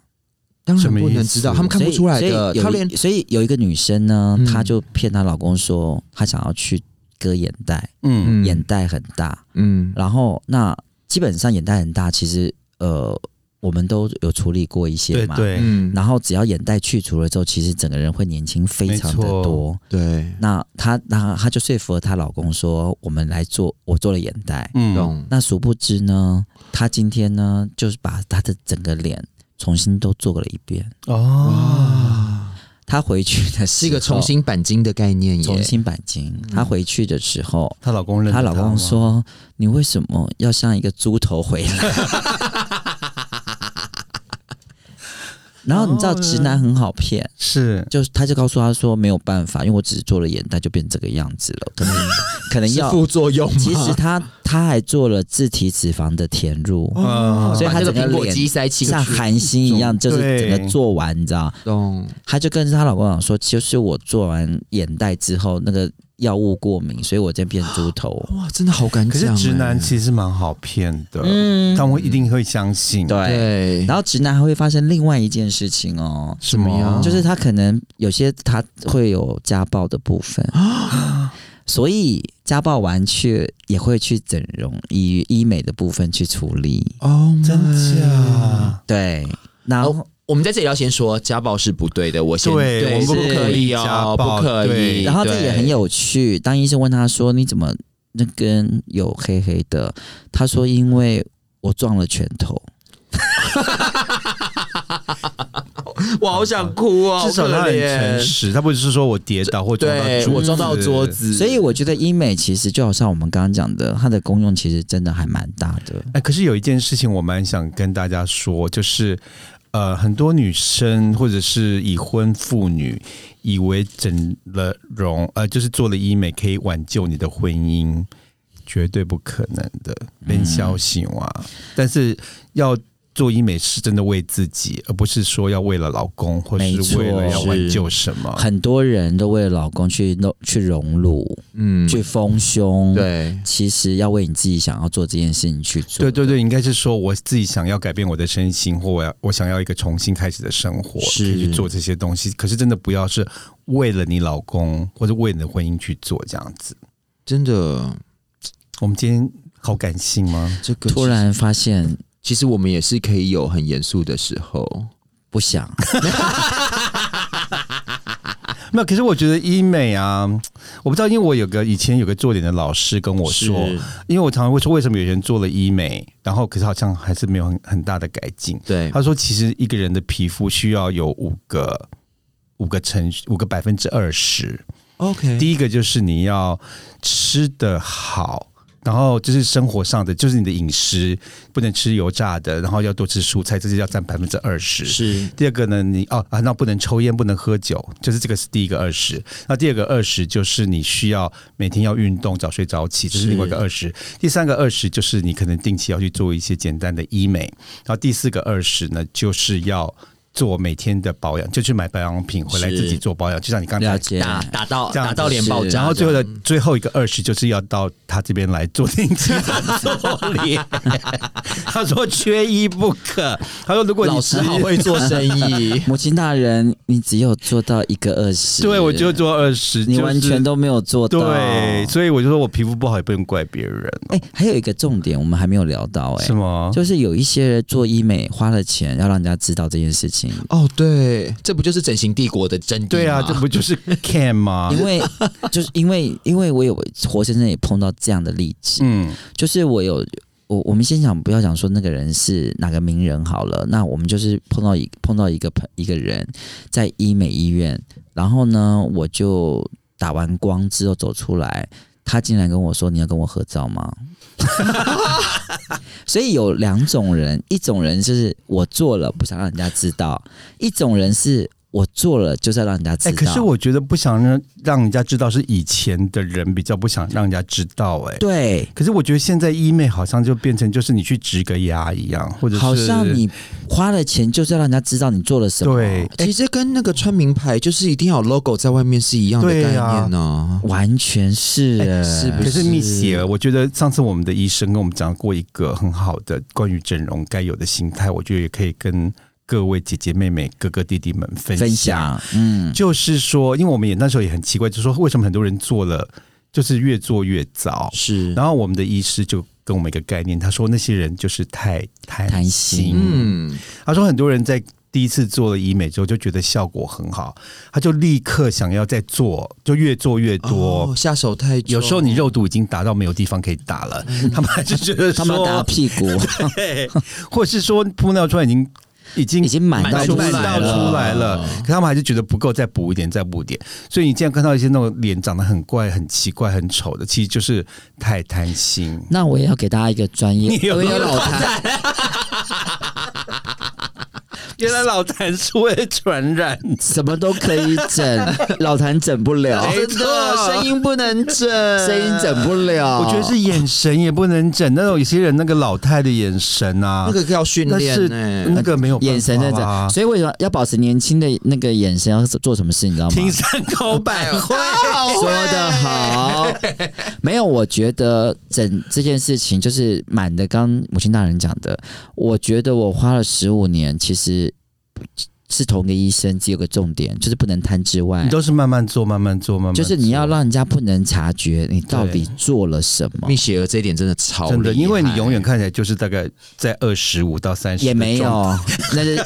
[SPEAKER 2] 当然
[SPEAKER 1] 什么
[SPEAKER 2] 不
[SPEAKER 1] 意
[SPEAKER 2] 能
[SPEAKER 1] 思
[SPEAKER 2] 知道，他们看不出来
[SPEAKER 3] 所以所以有
[SPEAKER 2] 的，
[SPEAKER 3] 一
[SPEAKER 2] 他连
[SPEAKER 3] 所以有一个女生呢，
[SPEAKER 2] 嗯
[SPEAKER 3] 她就骗她老公说她想要去割眼袋，
[SPEAKER 1] 嗯，
[SPEAKER 2] 嗯
[SPEAKER 3] 眼袋很大，
[SPEAKER 2] 嗯
[SPEAKER 3] 然后那基本上眼袋很大，其实呃我们都有处理过一些
[SPEAKER 1] 对
[SPEAKER 3] 嘛，。
[SPEAKER 1] 对，
[SPEAKER 2] 嗯，
[SPEAKER 3] 然后只要眼袋去除了之后，其实整个人会年轻非常的
[SPEAKER 1] 没错
[SPEAKER 3] 多。
[SPEAKER 2] 对，
[SPEAKER 3] 那她那她就说服了她老公说，我们来做，我做了眼袋，
[SPEAKER 1] 嗯
[SPEAKER 2] 懂
[SPEAKER 3] 那殊不知呢，她今天呢，就是把她的整个脸重新都做了一遍。
[SPEAKER 1] 哦，
[SPEAKER 3] 她回去的
[SPEAKER 2] 是
[SPEAKER 3] 是
[SPEAKER 2] 一个重新嗯钣金的概念耶。
[SPEAKER 3] 重新钣金。她回去的时候，
[SPEAKER 1] 她老公认
[SPEAKER 3] 她
[SPEAKER 1] 得
[SPEAKER 3] 老
[SPEAKER 1] 吗
[SPEAKER 3] 公，说：“你为什么要像一个猪头回来？” 然后你知道
[SPEAKER 1] 然后
[SPEAKER 2] 哦
[SPEAKER 1] 呢
[SPEAKER 3] 直男很好骗，
[SPEAKER 1] 是
[SPEAKER 3] 就是他就告诉他说没有办法，因为我只是做了眼袋就变这个样子了，可能 可能
[SPEAKER 2] 是
[SPEAKER 3] 要。
[SPEAKER 2] 副作用吗？
[SPEAKER 3] 其 实他他还做了自体脂肪的填 入，
[SPEAKER 1] 哦
[SPEAKER 3] 所以
[SPEAKER 2] 把
[SPEAKER 3] 他
[SPEAKER 2] 那
[SPEAKER 3] 整个
[SPEAKER 2] 苹果
[SPEAKER 3] 脸
[SPEAKER 2] 肌塞进去，
[SPEAKER 3] 像韩星一样，就是整个
[SPEAKER 1] 对
[SPEAKER 3] 做完，你知道？
[SPEAKER 2] 懂
[SPEAKER 3] 她就跟她老公讲说，其实我做完眼袋之后，那个药物过敏，所以我今天变猪头。
[SPEAKER 2] 哇，真的好敢
[SPEAKER 1] 可
[SPEAKER 2] 讲欸。
[SPEAKER 1] 是直男其实蛮好骗的，
[SPEAKER 3] 嗯，
[SPEAKER 1] 但我一定会相信。
[SPEAKER 3] 对。
[SPEAKER 2] 对，
[SPEAKER 3] 然后直男还会发生另外一件事情哦，
[SPEAKER 1] 什么
[SPEAKER 2] 样
[SPEAKER 3] 就是他可能有些他会有家暴的部 分，所以家暴完却也会去整容，以医美的部分去处理。
[SPEAKER 2] 哦，
[SPEAKER 1] 真假？
[SPEAKER 3] 对，然后、
[SPEAKER 2] 哦我们在这里要先说，家暴是不对的。我先
[SPEAKER 1] 对我们
[SPEAKER 2] 是
[SPEAKER 1] 不
[SPEAKER 2] 可
[SPEAKER 1] 可以
[SPEAKER 2] 以哦，
[SPEAKER 1] 家暴
[SPEAKER 2] 不可以。
[SPEAKER 1] 对
[SPEAKER 3] 然后这也很有趣。当医生问他说：“你怎么那根有黑黑的？”他说：“因为我撞了拳头。
[SPEAKER 2] 对，我好想哭哦，
[SPEAKER 1] 至少
[SPEAKER 2] 好
[SPEAKER 1] 他
[SPEAKER 2] 可
[SPEAKER 1] 很
[SPEAKER 2] 怜
[SPEAKER 1] 诚实，他不是说我跌倒或撞到
[SPEAKER 2] 对
[SPEAKER 1] 桌
[SPEAKER 2] 我撞到桌
[SPEAKER 1] 子。
[SPEAKER 2] 子，
[SPEAKER 3] 所以我觉得医美其实就好像我们刚刚讲的，它的功用其实真的还蛮大的。
[SPEAKER 1] 哎，可是有一件事情我蛮想跟大家说，就是呃，很多女生或者是已婚妇女，以为整了容，呃，就是做了医美可以挽救你的婚姻，绝对不可能的，
[SPEAKER 3] 嗯
[SPEAKER 1] 没消息啊！但是要。做医美是真的为自己，而不是说要为了老公，或
[SPEAKER 3] 没
[SPEAKER 1] 是
[SPEAKER 3] 错
[SPEAKER 1] 为了要挽
[SPEAKER 2] 是
[SPEAKER 1] 救什么。
[SPEAKER 3] 很多人都为了老公去弄、去荣辱、
[SPEAKER 2] 嗯，
[SPEAKER 3] 去丰胸，，
[SPEAKER 2] 对，
[SPEAKER 3] 其实要为你自己想要做这件事情去做。
[SPEAKER 1] 对对对，应该是说我自己想要改变我的身心，或我要我想要一个重新开始的生活，
[SPEAKER 3] 是
[SPEAKER 1] 可以去做这些东西。可是真的不要是为了你老公或者为你的婚姻去做这样子。
[SPEAKER 2] 真的，
[SPEAKER 1] 我们今天好感性吗？
[SPEAKER 2] 这个
[SPEAKER 3] 突然发现
[SPEAKER 2] 其实，其实我们也是可以有很严肃的时候。
[SPEAKER 3] 不想，
[SPEAKER 1] 没有，可是我觉得医美啊，我不知道，因为我有个以前有个做脸的老师跟我说，
[SPEAKER 2] 是
[SPEAKER 1] 因为我常常会说为什么有些人做了医美，然后可是好像还是没有很很大的改进。
[SPEAKER 2] 对，
[SPEAKER 1] 他说，其实一个人的皮肤需要有五个五个程五个百分之二十。
[SPEAKER 2] OK，
[SPEAKER 1] 第一个就是你要吃的好，然后就是生活上的，就是你的饮食不能吃油炸的，然后要多吃蔬菜，这些要占百分之二十。
[SPEAKER 2] 是
[SPEAKER 1] 第二个呢，你哦啊，那不能抽烟，不能喝酒，就是这个是第一个二十。那第二个二十就是你需要每天要运动，早睡早起，这是另外一个二十。第三个二十就是你可能定期要去做一些简单的医美，然后第四个二十呢就是要。做每天的保养，就去买保养品回来
[SPEAKER 2] 是
[SPEAKER 1] 自己做保养，就像你刚才
[SPEAKER 3] 了解。
[SPEAKER 2] 打打到
[SPEAKER 1] 这样
[SPEAKER 2] 打到脸爆
[SPEAKER 3] 是，
[SPEAKER 2] 炸，
[SPEAKER 1] 然后最后的
[SPEAKER 2] 这样
[SPEAKER 1] 最后一个二十就是要到他这边来做定期的 做脸。他说缺一不可。他说如果
[SPEAKER 2] 老
[SPEAKER 1] 你
[SPEAKER 2] 师
[SPEAKER 1] 只
[SPEAKER 2] 好会做生意
[SPEAKER 3] 母亲大人，你只有做到一个二十，
[SPEAKER 1] 对我就做二十，就
[SPEAKER 3] 你
[SPEAKER 1] 是
[SPEAKER 3] 完全都没有做到。
[SPEAKER 1] 对，所以我就说我皮肤不好也不能怪别人，哦
[SPEAKER 3] 哎、还有一个重点我们还没有聊到、
[SPEAKER 1] 是
[SPEAKER 3] 哎，
[SPEAKER 1] 吗？
[SPEAKER 3] 就是有一些人做医美花了钱，要让人家知道这件事情，
[SPEAKER 2] 哦，对，这不就是整形帝国的真谛吗？
[SPEAKER 1] 对啊，这不就是 can 吗？
[SPEAKER 3] 因为就是因为因为我有活生生也碰到这样的例子，
[SPEAKER 1] 嗯，
[SPEAKER 3] 就是我有我我们先讲不要讲说那个人是哪个名人好了，那我们就是碰到一碰到一个朋一个人在医美医院，然后呢我就打完光之后走出来，他竟然跟我说你要跟我合照吗？ 所以有两种人，一种人就是我做了不想让人家知道，一种人是我做了就是要让人家知
[SPEAKER 1] 哎，
[SPEAKER 3] 道。
[SPEAKER 1] 可是我觉得不想让让人家知道是以前的人比较不想让人家知道，哎。
[SPEAKER 3] 对，
[SPEAKER 1] 可是我觉得现在医美好像就变成就是你去植个牙一样，或者是
[SPEAKER 3] 好像你花了钱就是要让人家知道你做了什么。
[SPEAKER 1] 对，
[SPEAKER 2] 哎其实跟那个穿名牌就是一定要有 logo 在外面是一样的概
[SPEAKER 1] 对啊
[SPEAKER 2] 念呢、
[SPEAKER 3] 完全是、
[SPEAKER 1] 哎
[SPEAKER 2] 是不
[SPEAKER 1] 可是蜜雪
[SPEAKER 2] 是
[SPEAKER 1] 儿，我觉得上次我们的医生跟我们讲过一个很好的关于整容该有的心态，我觉得也可以跟各位姐姐、妹妹、哥哥、弟弟们分享。
[SPEAKER 3] 分享，嗯，
[SPEAKER 1] 就是说，因为我们也那时候也很奇怪，就是说为什么很多人做了就是越做越糟。
[SPEAKER 2] 是，
[SPEAKER 1] 然后我们的医师就跟我们一个概念，他说那些人就是太贪
[SPEAKER 3] 贪
[SPEAKER 1] 心
[SPEAKER 3] 心，
[SPEAKER 2] 嗯，
[SPEAKER 1] 他说很多人在第一次做了医美之后就觉得效果很好，他就立刻想要再做，就越做越多。
[SPEAKER 2] 哦、下手太重，
[SPEAKER 1] 有时候你肉毒已经打到没有地方可以打 了，他们还是觉得
[SPEAKER 3] 他们要打
[SPEAKER 1] 说，
[SPEAKER 3] 屁股，
[SPEAKER 1] 对，或是说铺尿酸已经已经
[SPEAKER 3] 已经满
[SPEAKER 1] 满
[SPEAKER 3] 到
[SPEAKER 1] 出
[SPEAKER 3] 出
[SPEAKER 1] 满到
[SPEAKER 3] 来
[SPEAKER 1] 出
[SPEAKER 3] 了。
[SPEAKER 1] 来了，可他们还是觉得不够，再补一点，再补一点。所以你经常看到一些那种脸长得很怪、很奇怪、很丑的，其实就是太贪心。
[SPEAKER 3] 那我也要给大家一个专业，
[SPEAKER 1] 你有
[SPEAKER 3] 我也
[SPEAKER 1] 多
[SPEAKER 3] 老谭，
[SPEAKER 1] 原来老痰是会传染，
[SPEAKER 3] 什么都可以整， 老谭整不了，
[SPEAKER 1] 没
[SPEAKER 2] 真的
[SPEAKER 1] 错
[SPEAKER 2] 声音不能整，
[SPEAKER 3] 声音整不了。
[SPEAKER 1] 我觉得是眼神也不能整。那种有些人那个老太的眼神啊
[SPEAKER 2] 那，个要训
[SPEAKER 1] 那
[SPEAKER 2] 练
[SPEAKER 1] 是
[SPEAKER 2] 呢
[SPEAKER 1] 那。个没有办
[SPEAKER 3] 眼神
[SPEAKER 1] 法啊
[SPEAKER 3] 的
[SPEAKER 1] 吧
[SPEAKER 3] 整，所以为什么要保持年轻的那个眼神？要做什么事你知道吗？
[SPEAKER 1] 听山口百惠，
[SPEAKER 3] 说的 好，没有，我觉得整这件事情就是满的。刚母亲大人讲的，我觉得我花了十五年，其实是同一个医生，只有个重点，就是不能贪之外
[SPEAKER 1] 你，都是慢慢做，慢慢做，慢慢做，
[SPEAKER 3] 就是你要让人家不能察觉你到底做了什么
[SPEAKER 2] 蜜。雪儿这一点真的超
[SPEAKER 1] 真的，
[SPEAKER 2] 厉害
[SPEAKER 1] 因为你永远看起来就是大概在二十五到三十，
[SPEAKER 3] 也没，有，那是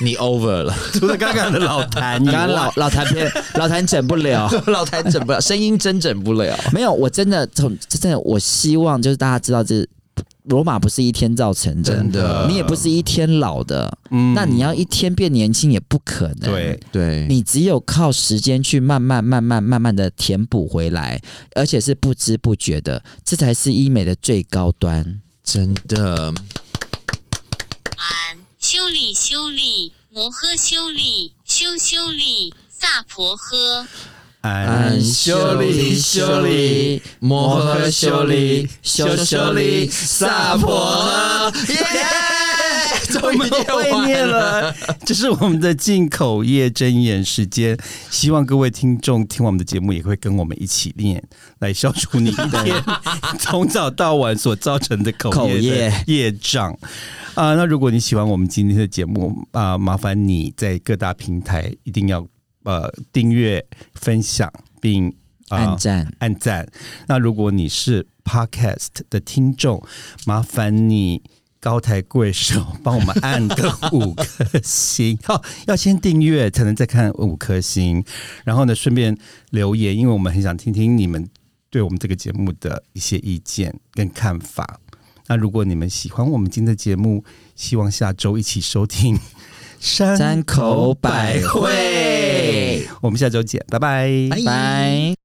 [SPEAKER 2] 你 over 了，
[SPEAKER 1] 除了刚刚的老痰以
[SPEAKER 3] 刚刚
[SPEAKER 1] 外，
[SPEAKER 3] 老老谭片，老谭整不了。
[SPEAKER 2] 老谭整不了，声音真整不啊了。
[SPEAKER 3] 没有，我真的从真的，我希望就是大家知道这。罗马不是一天造成的，
[SPEAKER 2] 真的
[SPEAKER 3] 你也不是一天老的，
[SPEAKER 1] 嗯
[SPEAKER 3] 那你要一天变年轻也不可能。
[SPEAKER 1] 对，
[SPEAKER 2] 对，
[SPEAKER 3] 你只有靠时间去慢慢、慢慢、慢慢的填补回来，而且是不知不觉的，这才是医美的最高端。
[SPEAKER 2] 真的
[SPEAKER 4] 修理修理，摩诃修理，修修理，萨婆诃。
[SPEAKER 1] 安
[SPEAKER 2] 修理修理，
[SPEAKER 3] 摩诃修理修修理萨婆
[SPEAKER 2] 耶！
[SPEAKER 1] 我
[SPEAKER 2] 终
[SPEAKER 1] 们会念了，这是我们的进口业真言时间。希望各位听众听我们的节目，也会跟我们一起念，来消除你一天 从早到晚所造成的口
[SPEAKER 3] 口
[SPEAKER 1] 业的业障啊、那如果你喜欢我们今天的节目啊、麻烦你在各大平台一定要呃订阅、分享并、呃、
[SPEAKER 3] 暗战，
[SPEAKER 1] 按赞。那如果你是 Podcast 的听众，麻烦你高抬贵手，帮我们按个五颗星。 好，要先订阅才能再看五颗星，然后呢，顺便留言，因为我们很想听听你们对我们这个节目的一些意见跟看法。那如果你们喜欢我们今天的节目，希望下周一起收听山
[SPEAKER 3] 山口百
[SPEAKER 1] 惠
[SPEAKER 3] 惠。
[SPEAKER 2] 哎
[SPEAKER 1] 我们下周见，拜拜。
[SPEAKER 3] 拜。